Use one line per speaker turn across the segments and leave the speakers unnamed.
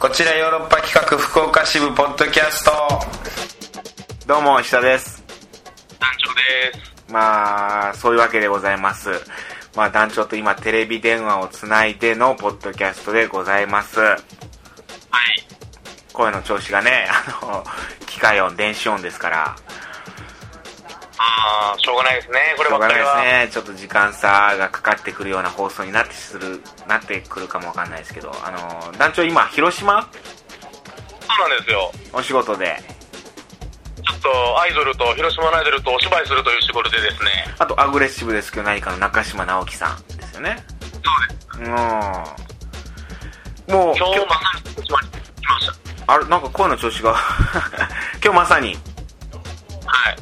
こちらヨーロッパ企画福岡支部ポッドキャスト
どうも、久です。
団長です。
まあ、そういうわけでございます。まあ、団長と今、テレビ電話をつないでのポッドキャストでございます。
はい。
声の調子がね、あの、機械音、電子音ですから、
ああ、しょうがないですね。こ
し
れ
ょ
ば
う
っ
が
か
ない
り
です
は。
ね。ちょっと時間差がかかってくるような放送になってする、なってくるかもわかんないですけど、あの、団長今、広島
そうなんですよ。
お仕事で、
ちょっとアイドルと、広島のアイドルとお芝居するという仕事でですね。
あと、アグレッシブですけど、何かの中島直樹さんですよね。
そうです。
うん。もう、
今日まさに広島に来まし
あれ、なんか声の調子が。 今日まさに、
た。はい。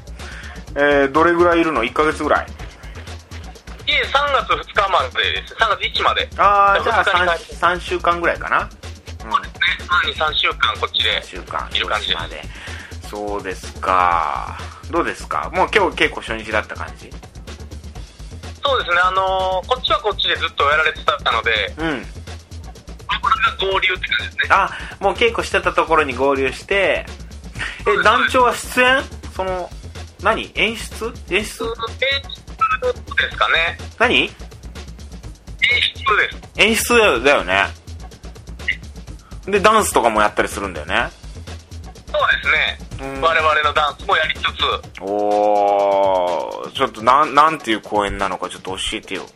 えー、どれぐらいいるの ?1 ヶ月ぐらい。
いえ、3月2日までです。3月1まで。
あー、じゃあ
二日に帰って
3, 三週間ぐらいかな。うん、
そうですね。3、2、3週間こっちで。
週間、
いる感
広
じです
島で。そうですか。どうですかもう今日結構初日だった感じ
そうですね。あのーこっちはこっちでずっとやられてたので、
うん。
まあこれが合流って感じですね。
あ、もう稽古してたところに合流して、え、団長は出演その、何演出演出
演出ですかね。
何
演出です。
演出だよね。で、ダンスとかもやったりするんだよね。
そうです
う
ね。
ん
我々のダンスもやりつつ、
おー、ちょっとなん、なんていう公演なのかちょっと教えてよ。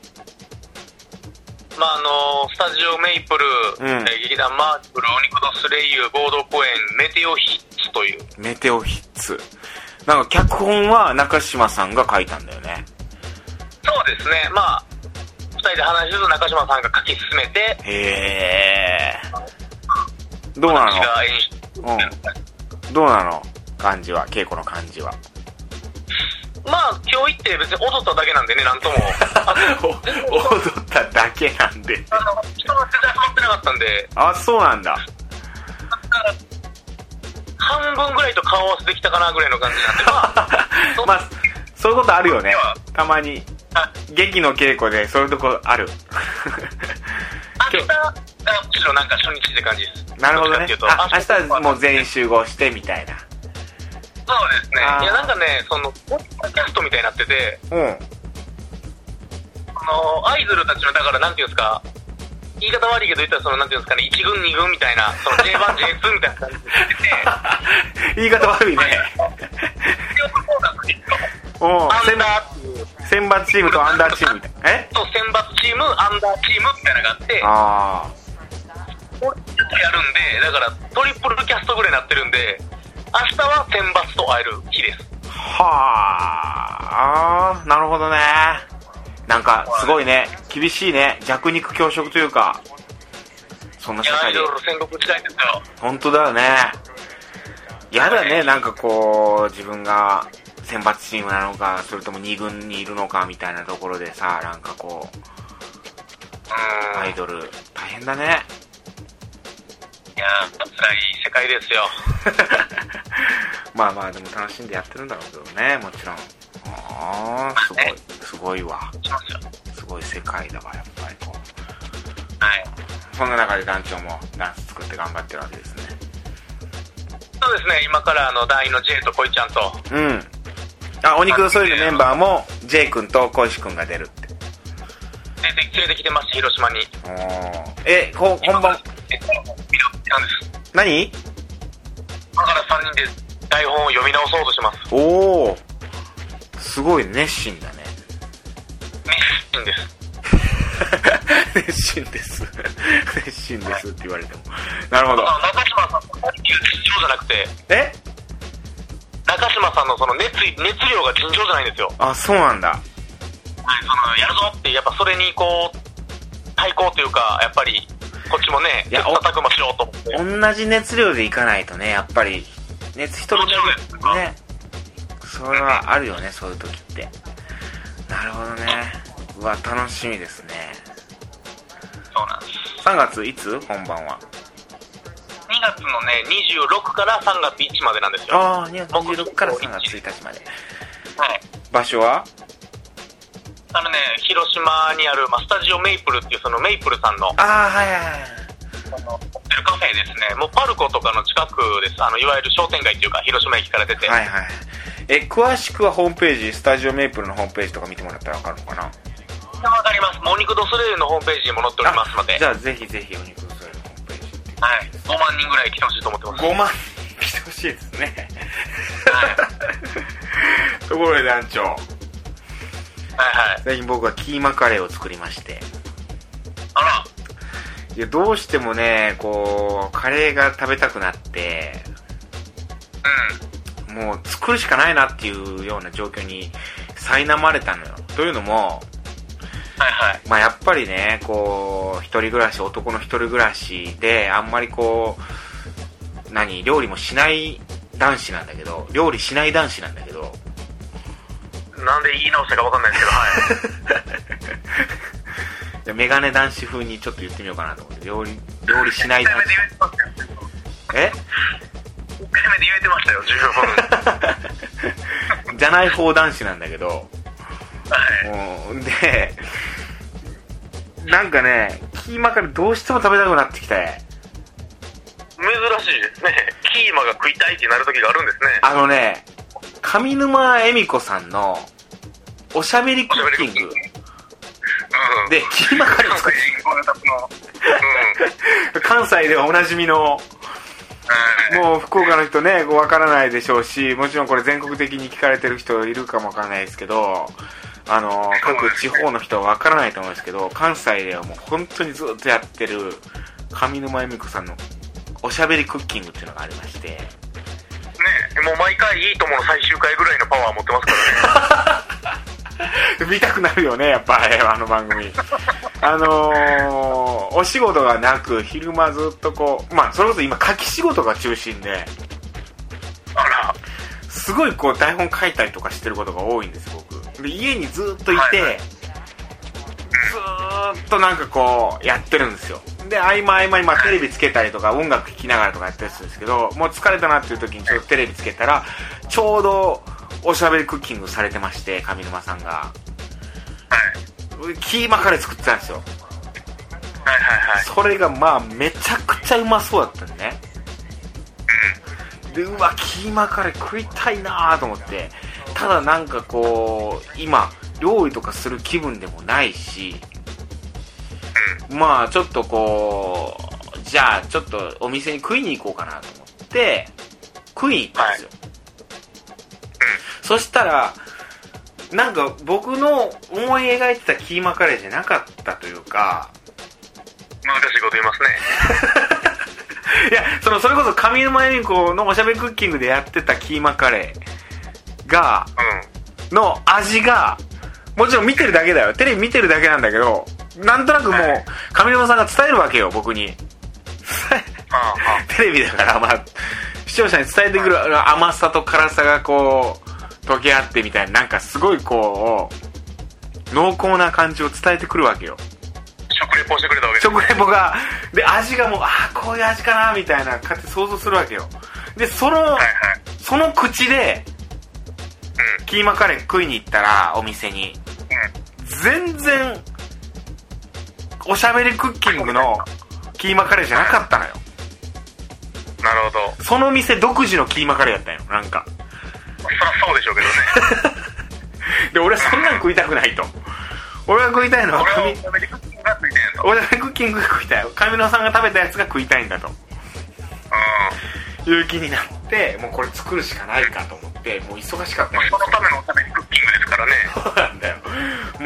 まああのスタジオメイプル、
うん
えー劇団マークルオニコとスレイユ合同公演メテオヒッツという
メテオヒッツ。なんか脚本は中島さんが書いたんだよね。
そうですねまあ2人で話しつつ中島さんが書き進めて
へー。どうな
私が演出
のうん。どうなの感じは、稽古の感じ は。
まあ今日行って別に踊っただけなんでねなんともあ
踊っただけなんで。
あの人の手伝い持ってなかったんで
あ、そうなんだ。
半分ぐらいと顔合わせできたかなぐらいの感じなんでまあ
まあ、 そういうことあるよね。たまに。劇の稽古でそういうとこある。
明日がむしろなんか初日って感じです
なるほどね
どっち。
あ
か
明
っていうと
日はもう全員集合してみたいな。
そうですね
あー
いやなんかねそのポッドキャストみたいになってて
うん。
あのアイドルたちのだからなんていうんですか言い方悪いけど言ったらそのなんていうんですかね1軍2軍みたいなその J1 J2 みたいな感じで
言い方悪 いね。
出てでそこが
うん。
アン
選
ダーっていう
選抜チームとアンダーチームみたいな。え
そう選抜チームアンダーチームみたいなのがあって
あ
これやるんでだからトリプルキャストぐらいになってるんで明日は選抜と会える日です
あ。はあ。なるほどね。なんか、すごいね。厳しいね。弱肉強食というか。そんない世
やア
界
イ
で
ド。ル戦国時代ですよ
本当だよね。やだね。なんかこう、自分が選抜チームなのか、それとも2軍にいるのかみたいなところでさ、なんかこう、
うーん、
アイ
い、
ドル、大変だね。
やー辛い世界ですよ
まあまあでも楽しんでやってるんだろうけどねもちろんああすごいすごいわ
しますよ
すごい世界だわやっぱりこ
はいう
そんな中で団長もダンス作って頑張ってるわけですね
そうですね今からあの団員の J とこいちゃんと
うんあお肉ソイルメンバーも J 君と小石君が出るって
連れて連れてきてました広島に
おーえこ本番
えっと見るなんです
何
だから3人で台本を読み直そうとします
おおすごい熱心だね
熱心です
熱心です 熱心ですって言われてもなるほど
あの中島さんの熱量じゃなくて
え
中島さんのその熱意熱量が尋常じゃないんですよ
あそうなんだ
はいそのやるぞってやっぱそれにこう対抗というかやっぱりこっちもね
いやお
叩くもしようと思って
同じ熱量でいかないとねやっぱり熱一人
もちろんです
でねそれはあるよねそういう時ってなるほどねうわ楽しみですね
そうなんです
3月いつ本番は
2月のね26から3月1までなんですよ
ああ2月26から3月1日まで
はい
場所は
あのね、広島にある、まあ、スタジオメイプルっていうそのメイプルさんの、あ
ああはいはいはい
の、るカフェですね、もうパルコとかの近くです、あのいわゆる商店街っていうか、広島駅から出て、
はいはいえ詳しくはホームページスタジオメイプルのホームページとか見てもらったら分かるのかな
わかります、モニクドスレイユのホームページにも載っておりますので、
じゃあぜひぜひお肉それのホームページって
はい、5万人ぐらい来てほしいと思ってます。
5万人来てほしいですね
は
ところで団長
はいはい。
最近僕はキーマカレーを作りまして
あら、
いやどうしてもねこうカレーが食べたくなって
うん。
もう作るしかないなっていうような状況に苛まれたのよというのも
はいはい。
まあやっぱりね、こう、一人暮らし、男の一人暮らしで、あんまりこう、何、料理もしない男子なんだけど、料理しない男子なんだけど、
なんで言い直したかわかんないですけど、はい。
でメガネ男子風にちょっと言ってみようかなと思って、料理、 料理しない男 子。え
1回目で言えてましたよ、15分。
じゃない方男子なんだけど、
はい。
うんで、なんかね、キーマカレーどうしても食べたくなってきて、
珍しいですね。キーマが食いたいってなる時があるんですね。
あのね、上沼恵美子さんの、おしゃべりクッキング。
うん。
で、キーマカレーを作っ
うん。
て、関西ではおなじみの、
はい。
もう福岡の人ね、こうわからないでしょうし、もちろんこれ全国的に聞かれてる人いるかもわからないですけど、あの、各地方の人はわからないと思うんですけど、関西ではもう本当にずっとやってる、上沼恵美子さんのおしゃべりクッキングっていうのがありまして、
ねもう毎回いいともの最終回ぐらいのパワー持ってますからね。
見たくなるよね、やっぱり、あの番組。あのーお仕事がなく、昼間ずっとこう、まあ、それこそ今、書き仕事が中心で、
あら。
すごいこう、台本書いたりとかしてることが多いんです、僕。で、家にずっといて、
はい
ずーっとなんかこう、やってるんですよ。で、合間合間に、まあ、テレビつけたりとか、音楽聴きながらとかやったりするんですけど、もう疲れたなっていう時にちょっとテレビつけたら、ちょうど、おしゃべりクッキングされてまして、上沼さんが。
はい。
キーマカレー作ってたんですよ。
はいはいはい。
それがまあめちゃくちゃうまそうだったのねでうわキーマカレー食いたいなーと思ってただなんかこう今料理とかする気分でもないしまあちょっとこうじゃあちょっとお店に食いに行こうかなと思って食いに行ったんですよ、そしたらなんか僕の思い描いてたキーマカレーじゃなかったというか
難しいこと言いますね。
いや、その、それこそ上沼恵美子のおしゃべりクッキングでやってたキーマカレーが、
うん。
の味が、もちろん見てるだけだよ。テレビ見てるだけなんだけど、なんとなくもう
はい、
上沼さんが伝えるわけよ、僕に。
ああ、
テレビだから、まあ、視聴者に伝えてくる甘さと辛さがこう、溶け合ってみたいな、なんかすごいこう、濃厚な感じを伝えてくるわけよ。
食レポしてくれたわけです。
食レポが、で、味がもう、ああ、こういう味かな、みたいな、勝手に想像するわけよ。で、その、
はいはい。
その口で、キーマカレー食いに行ったら、お店に。全然、おしゃべりクッキングのキーマカレーじゃなかったのよ。
うん。なるほど。
その店独自のキーマカレーだったんよ、なんか。
そりゃそうでしょうけどね。
で、俺はそんなん食いたくないと。俺が食いたいのは
俺
紙
を、食べてくるがついてんの。
おしゃべりクッキングが食いたい。上野さんが食べたやつが食いたいんだと。
う
いう気になって、もうこれ作るしかないかと思って、もう忙しかったん
ん。
です
人
よ
のためのおしゃべりクッキングですからね。
そうなんだよ。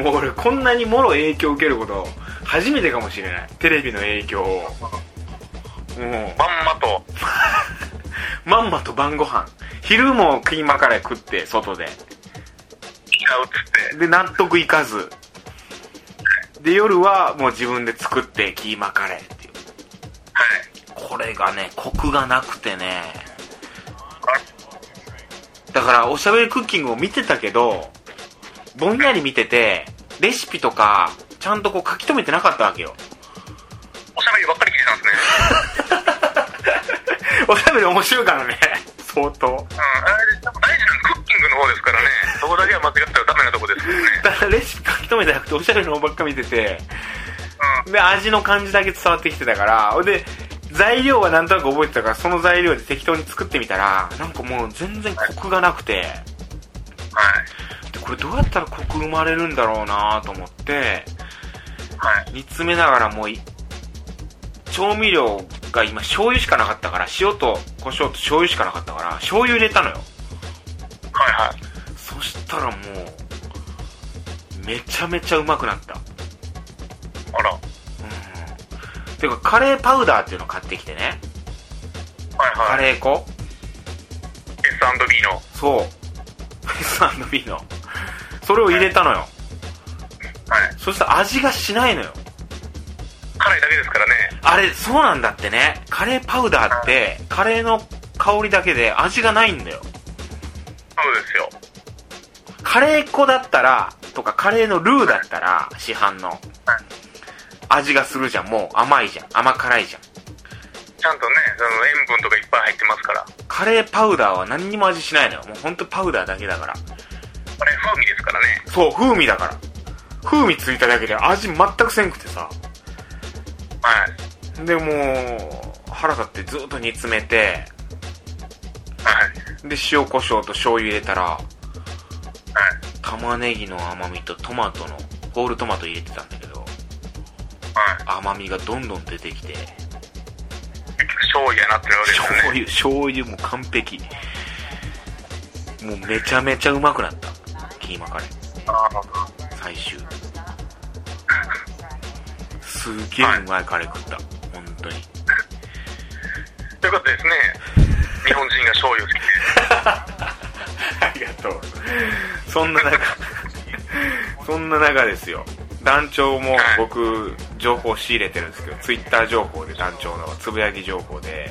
もう俺こんなにもろ影響を受けること、初めてかもしれない。テレビの影響を。も
まんまと。
う、まんまと晩ご飯。昼もキーマカレー食って、外で。
違うっつって。
で、納得いかず。で、夜はもう自分で作って、キーマカレーっていう。
はい。
これがね、コクがなくてね。
あ
だから、おしゃべりクッキングを見てたけど、ぼんやり見てて、レシピとか、ちゃんとこう書き留めてなかったわけよ。
おしゃべりばっかり聞いてたんですね。
おしゃべり面白いからね。相当。
うん。あれ、多分大事なのはクッキングの方ですからね。そこだけは間違ったらダメなとこですよね。
だからレシピ書き留めてなくて、おしゃべりの方ばっか見てて、
うん。
で、味の感じだけ伝わってきてたから、で、ず材料はなんとなく覚えてたから、その材料で適当に作ってみたら、なんかもう全然コクがなくて、
はい。
でこれどうやったらコク生まれるんだろうなと思って、
はい。
煮詰めながらもうい、調味料が今醤油しかなかったから、塩と胡椒と醤油しかなかったから、醤油入れたのよ。
はいはい。
そしたらもう、めちゃめちゃうまくなった。
あら。はい
うん。てか、カレーパウダーっていうのを買ってきてね。カ
はい。
レー粉
S&B の。
そう。S&B の。それを入れたのよ。
はい。
そしたら味がしないのよ。
辛いだけですからね。
あれ、そうなんだってね。カレーパウダーって、カレーの香りだけで味がないんだよ。
そうですよ。
カレー粉だったら、とかカレーのルーだったら、市販の
はい。
味がするじゃん。もう甘いじゃん。甘辛いじゃん。
ちゃんとね、その塩分とかいっぱい入ってますから。
カレーパウダーは何にも味しないのよ。もうほんとパウダーだけだから。
あれ、風味ですからね。
そう、風味だから。風味ついただけで味全くせんくてさ。
はい。
で、もう、腹立ってずっと煮詰めて、
はい。
で、塩コショウと醤油入れたら、
はい。
玉ねぎの甘みとトマトの、ホールトマト入れてたんだけど、
はい。
甘みがどんどん出てきて、
結局醤油やなってるわけですよ
醤
ね。
油、醤油もう完璧。もうめちゃめちゃうまくなった。キーマカレー。
ああ
最終。すげえうまいカレー食った。本当に。
ということですね。日本人が醤油好きで。
ありがとう。そんな中、そんな中ですよ。団長も僕、情報仕入れてるんですけど、ツイッター情報で団長のつぶやき情報で、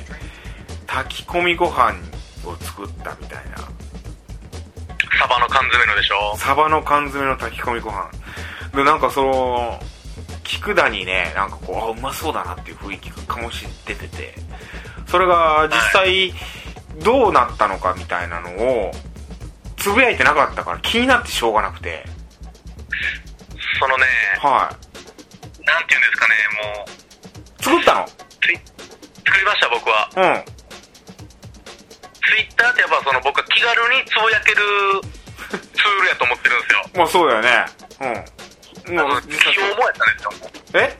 炊き込みご飯を作ったみたいな。
サバの缶詰のでしょ。
サバの缶詰の炊き込みご飯。で、なんかその、菊田にね、なんかこう、あ、うまそうだなっていう雰囲気が醸し出てて、それが実際どうなったのかみたいなのを、つぶやいてなかったから気になってしょうがなくて、
そのね、
は
なんていうんですかね、もう、
い。作ったの
ツイ作りました僕は。
うん。
ツイッターってやっぱその僕は気軽につぶやけるツールやと思ってるんですよ。
まあそうだよね。うん。もう、
気
実際
をもやったんですよ。もう
え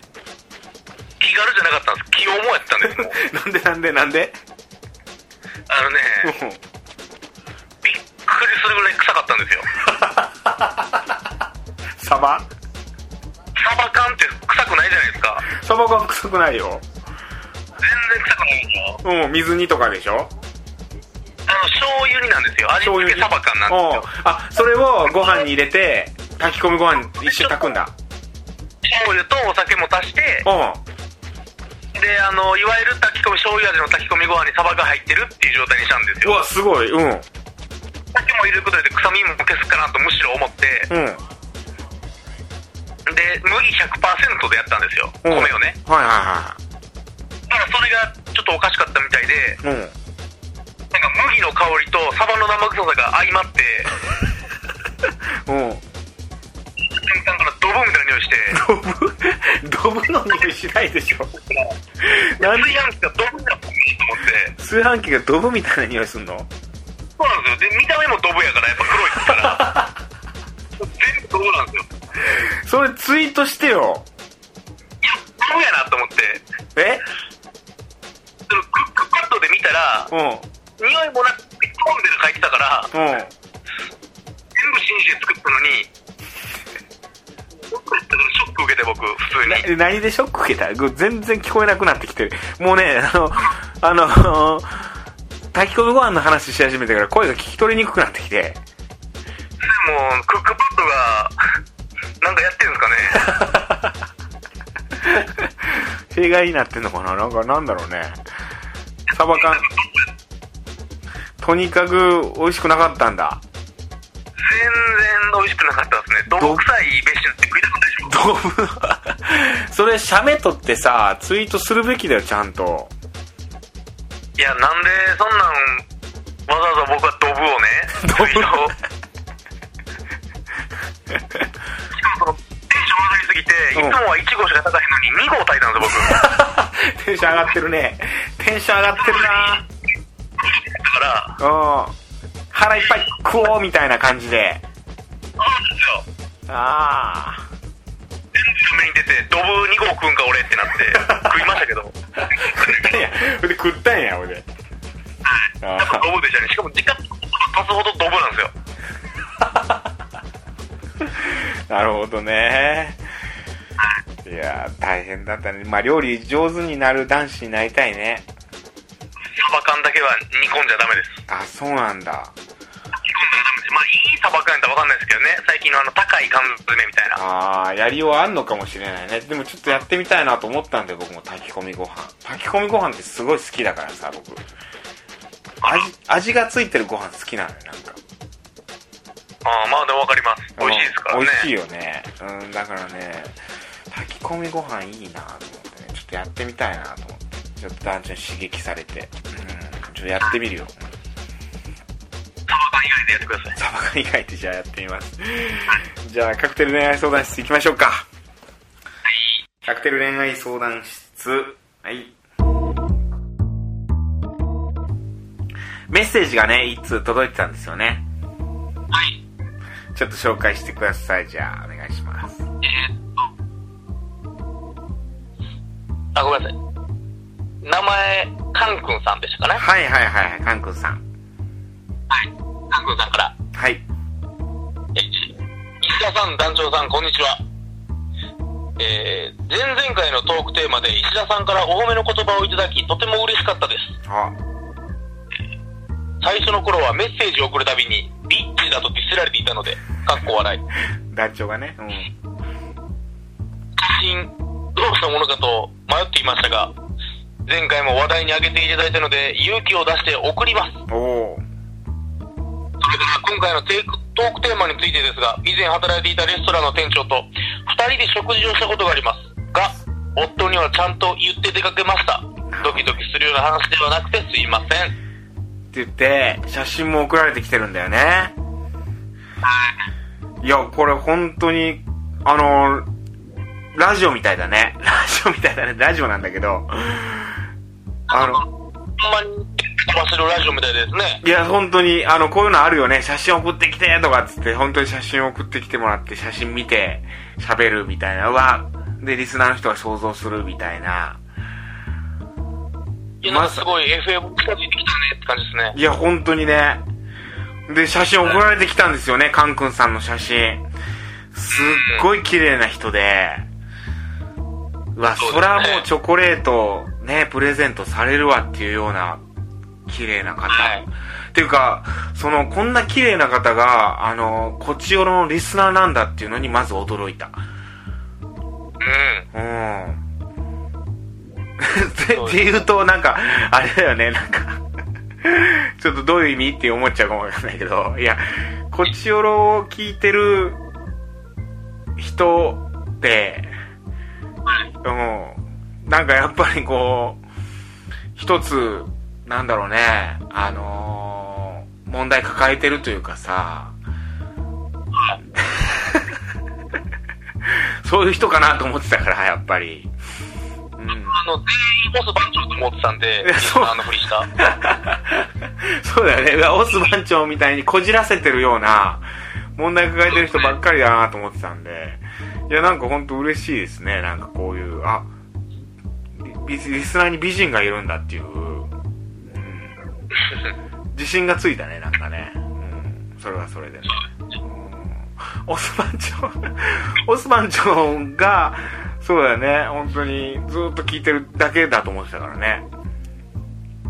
気軽じゃなかったんです。気をもやったんで す。もう
なんでなんでなんで
あの
う
ね、
ん。
びっくりするぐらい臭かったんですよ。
サバ
サバ缶って臭くないじゃないですか。
サバが臭くないよ。
全然臭くないんですよ。
うん、水煮とかでしょ
あの、醤油になんですよ。味
醤
付
油
けサバ缶なんですよ。
うんあそれをご飯に入れて炊き込みご飯一緒に炊くんだ
醤油とお酒も足して、
うん
で、あの、いわゆる炊き込み、醤油味の炊き込みご飯にサバが入ってるっていう状態にしたんです
う
よ。
わすごいうんうん
酒も入れることで臭みも消すかなとむしろ思って、で、麦100%でやったんですよ。
うん
米をね。
はいは
ただそれがちょっとおかしかったみたいで、
いはいうん
なんか麦の香りとサバの生臭さが相まって、
うん、
瞬間からドブみたいな匂いして、
ドブドブ の匂いしないでしょなんで
炊飯器がドブだと思って、
炊飯器がドブみたいな匂いすんの
そうなんですよ。で、見た目もドブやから、やっぱ黒いから。全部ドブなんですよ。
それツイートしてよ
いや、ドブやなと思って、
え
そのクックパッドで見たら、
うん
匂いもなく、込んでる書いてたから、
うん
全部信じて作ったのに、ショック受けて僕、普通に。
え何でショック受けたぐ全然聞こえなくなってきてるもうねあのあの炊き込みご飯の話し始めてから声が聞き取りにくくなってきて
もう、クックパッドが、なんかやってるんですかね。
弊害になってんのかななんかなんだろうね。サバ缶。とにかく美味しくなかったんだ。
全然美味しくなかったですね。どんくさい飯なんて食いたくないでしょ。
どう それ、写メ撮ってさ、ツイートするべきだよ、ちゃんと。
いや、なんで、そんなん、わざわざ僕は ドブをね、
ドブ
ツイートをしかもその、テンション上がりすぎて、いつもは1号しか高いのに2号炊いたんですよ、僕。
テンション上がってるね。テンション上がってるな
だから、
うん腹いっぱい食おうみたいな感じで
そうですよ。
ああ
全部目に出て、ドブ2号食うんか俺ってなって、食いましたけ ど。
食ったんやほんで食ったんやほいであ
多分ドブでしたね。しかも、時間足すほどドブなんですよ。
ーなるほどねいやー大変だったねまあ料理上手になる男子になりたいね
サバ缶だけは煮込んじゃダメです。
あそうなんだ
煮込んじゃダメです。まあ、いいサバ缶やったらわかんないですけどね。最近のあの、高い缶詰みたいな。
ああやりようあんのかもしれないねでもちょっとやってみたいなと思ったんで僕も炊き込みご飯炊き込みご飯ってすごい好きだからさ僕味味がついてるご飯好きなのよなんか
ああ、まあでもわかります。美味しいですからね。
美味しいよねうんだからね炊き込みご飯いいなと思ってねちょっとやってみたいなと思ってちょっと団長に刺激されてうんちょっとやってみるよ
サバ缶以外でやってください。
サバ缶以外でじゃあやってみますじゃあカクテル恋愛相談室行きましょうかカクテル恋愛相談室はいメッセージがね一通届いてたんですよね
はい。
ちょっと紹介してくださいじゃあお願いします
えーっと。あ、ごめんなさい。名前、カンくんさんでしたかね。
はいはいはいはいカン君さん
はい。カンくんさんから。
はい
え石田さん、団長さん、こんにちは。えー、前々回のトークテーマで石田さんからお褒めの言葉をいただき、とても嬉しかったです。
あ
最初の頃はメッセージを送るたびに、ビッチだとディスられていたので、かっこ笑い。
団長がね、うん、
写真、どうしたものかと迷っていましたが、前回も話題に挙げていただいたので、勇気を出して送ります。
おお
それから今回のテイクトークテーマについてですが、以前働いていたレストランの店長と2人で食事をしたことがありますが、夫にはちゃんと言って出かけました。ドキドキするような話ではなくてすいません。
って言って写真も送られてきてるんだよねいやこれ本当にあのラジオみたいだね ラジオみたいだねラジオなんだけどあの
ほんまに飛ばせるラジオみたいですね。
いや本当にあのこういうのあるよね写真送ってきてとかっつって本当に写真送ってきてもらって写真見て喋るみたいなうわでリスナーの人が想像するみたいない
や、なんかすごい FM 近づいてきたねって感じですね。
いや、本当にね。で、写真送られてきたんですよね、カン君さんの写真。すっごい綺麗な人で。うわ、
そう
そ
ですね
らもうチョコレート、ね、プレゼントされるわっていうような、綺麗な方。
はい
っていうか、その、こんな綺麗な方が、あの、こっちよろのリスナーなんだっていうのにまず驚いた。
うん。
うん。
そ う
って言うと、なんか、あれだよね、なんか、ちょっとどういう意味って思っちゃうかもわかんないけど、いや、こっちよろを聞いてる人って、うん、なんかやっぱりこう、一つ、なんだろうね、あのー問題抱えてるというかさ、 そういう人かなと思ってたから、やっぱり。うん。
あの、全員ボス番長と思ってたんで、
いやそう
あのふりした。
そうだよね。うわオス番長みたいにこじらせてるような、問題抱えてる人ばっかりだなと思ってたんで。いや、なんかほんと嬉しいですね。なんかこういう、あ、リリスナーに美人がいるんだっていう、うん自信がついたね、なんかね。うん。それはそれでね。うんオス番長、 オス番長が、そうだよね。本当にずっと聞いてるだけだと思ってたからね。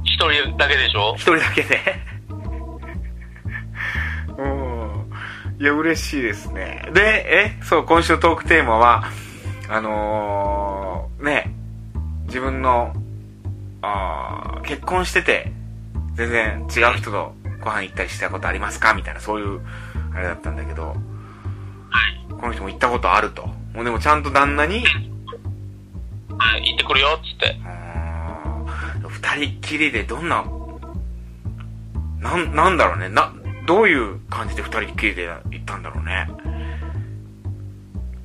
一人だけでしょ
一人だけで うんいや嬉しいですねでえそう今週のトークテーマはあのー、ね自分のあー結婚してて全然違う人とご飯行ったりしたことありますかみたいなそういうあれだったんだけどこの人も行ったことあるともうでもちゃんと旦那に
はい、行ってくるよ、つって。
うーん二人きりでどんな、なん、なんだろうね。な、どういう感じで二人きりで行ったんだろうね。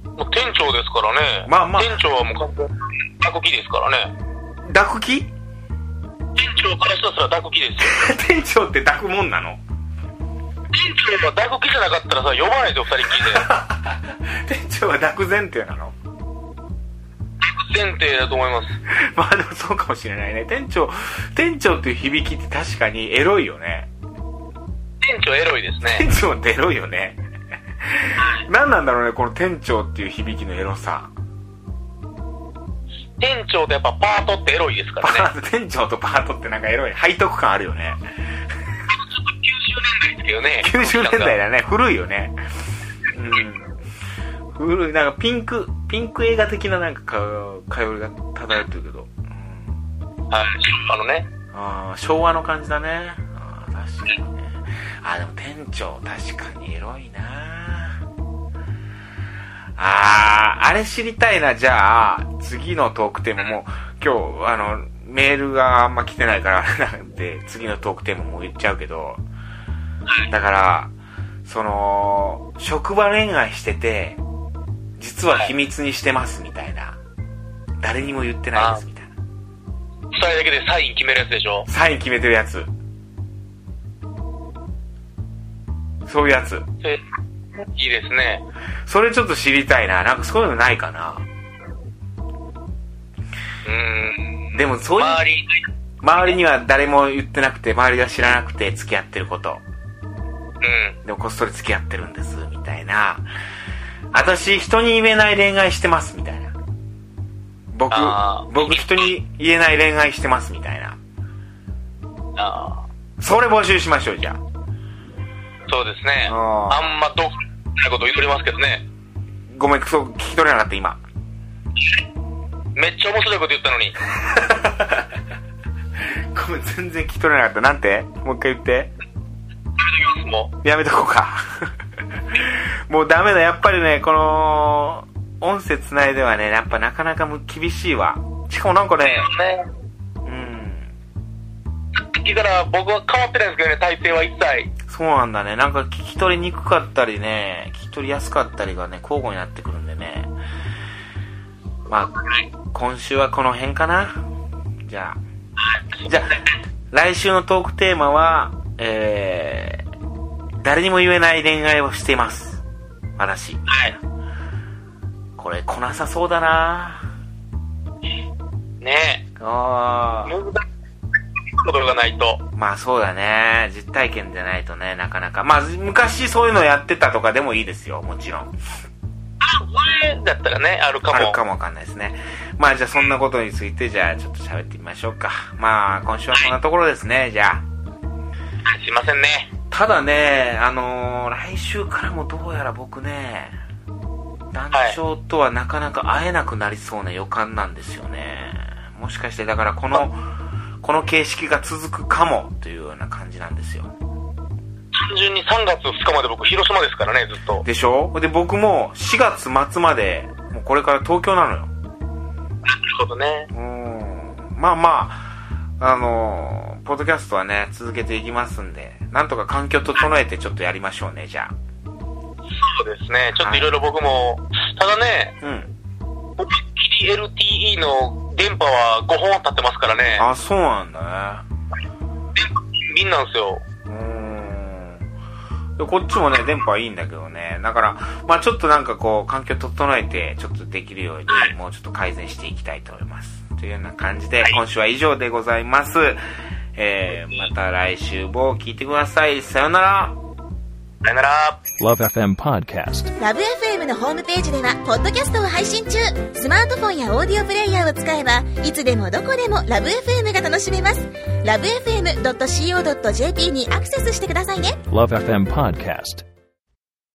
もう店長ですからね。
まあまあ
店長はもう完全に、タコキですからね。
抱く気
店長からしたら抱く気ですよ。
店長って抱くもんなの
店長が抱く気じゃなかったらさ、呼ばないでよ、二人っきりで。
店長は抱く前提なの
前提だと思います。
まあでもそうかもしれないね。店長、店長っていう響きって確かにエロいよね。
店長エロいですね。
店長ってエロいよね。 何なんだろうね、この店長っていう響きのエロさ。
店長ってやっぱパートってエロいですか
パ
らね。
ート、 店長とパートってなんかエロい。背徳感あるよね。
90年代ですけどね。
90年代
だ。
だね。古いよね。うん。古い。なんかピンク、ピンク映画的ななんかか、香りが漂ってるけど。うん
はい。あのね、
あー昭和の感じだね。あー確かにね。あーでも店長確かにエロいなあー、あれ知りたいな。じゃあ、次のトークテーマも、今日、あの、メールがあんま来てないから、 あれなんで、次のトークテーマも言っちゃうけど、だから、その、職場恋愛してて、実は秘密にしてますみたいな。誰にも言ってないですみたいな。
二人だけでサイン決めるやつでしょ。
サイン決めてるやつ。そういうやつ。
それいいですね。
それちょっと知りたいな。なんかそういうのないかな。
うーん。
でもそういう、
周り、
周りには誰も言ってなくて、周りが知らなくて付き合ってること。
うん。
でもこっそり付き合ってるんです、みたいな。私、人に言えない恋愛してます、みたいな。僕
あー、
僕人に言えない恋愛してます、みたいな。
あ
それ募集しましょう、じゃあ。
ーそうですね。
あー
あんまどうないこと言っておりますけどね。
ごめん、そう、聞き取れなかった、今。
めっちゃ面白いこと言っ たのに。
ごめん、全然聞き取れなかった。なんてもう一回言って。
もう。
やめとこうか。 もうダメだ。やっぱりね、この、音声つないではね、やっぱなかなかむ厳しいわ。しかもなんかね、
ね。
うん、
さっきから僕は変わってないんですけどね、体勢は一切。
そうなんだね。なんか聞き取りにくかったりね、聞き取りやすかったりがね、交互になってくるんでね。まあ、今週はこの辺かな。じゃあ。じゃあ、来週のトークテーマは、えー、誰にも言えない恋愛をしています。私。
はい。
これ来なさそうだな
ねえ。
あ
難しいことがないと。
まあそうだね。実体験じゃないとね、なかなか。まあ昔そういうのやってたとかでもいいですよ、もちろん。
あ、前だったらね、あるかも。
あるかもわかんないですね。まあじゃあそんなことについて、じゃあちょっと喋ってみましょうか。まあ今週はこんなところですね、じゃあ。
すいませんね。
ただね、あのー来週からもどうやら僕ね、団長とはなかなか会えなくなりそうな予感なんですよね。もしかしてだからこの、この形式が続くかもというような感じなんですよ。
単純に3月2日まで僕、広島ですからね、ずっと。
でしょで、僕も4月末まで、もうこれから東京なのよ。
なるほどね
う。ーん。まあまあ、あのーポッドキャストはね、続けていきますんで、なんとか環境整えてちょっとやりましょうね、じゃ
そうですね。ちょっといろいろ僕も、ただね、
あ。うん。
思いっきり LTE の電波は5本立ってますからね。
あ、そうなんだね。
みんなんですよ。
うーんでこっちもね、電波はいいんだけどね。だから、まあちょっとなんかこう、環境整えて、ちょっとできるように、もうちょっと改善していきたいと思います。というような感じで、今週は以上でございます。えー、また来週も聞いてください。さようなら。
さよなら。
Love FM Podcast.
ラブ f m のホームページではポッドキャストを配信中スマートフォンやオーディオプレイヤーを使えばいつでもどこでもラブ f m が楽しめますラブ FM.co.jp にアクセスしてくださいね
Love FM Podcast.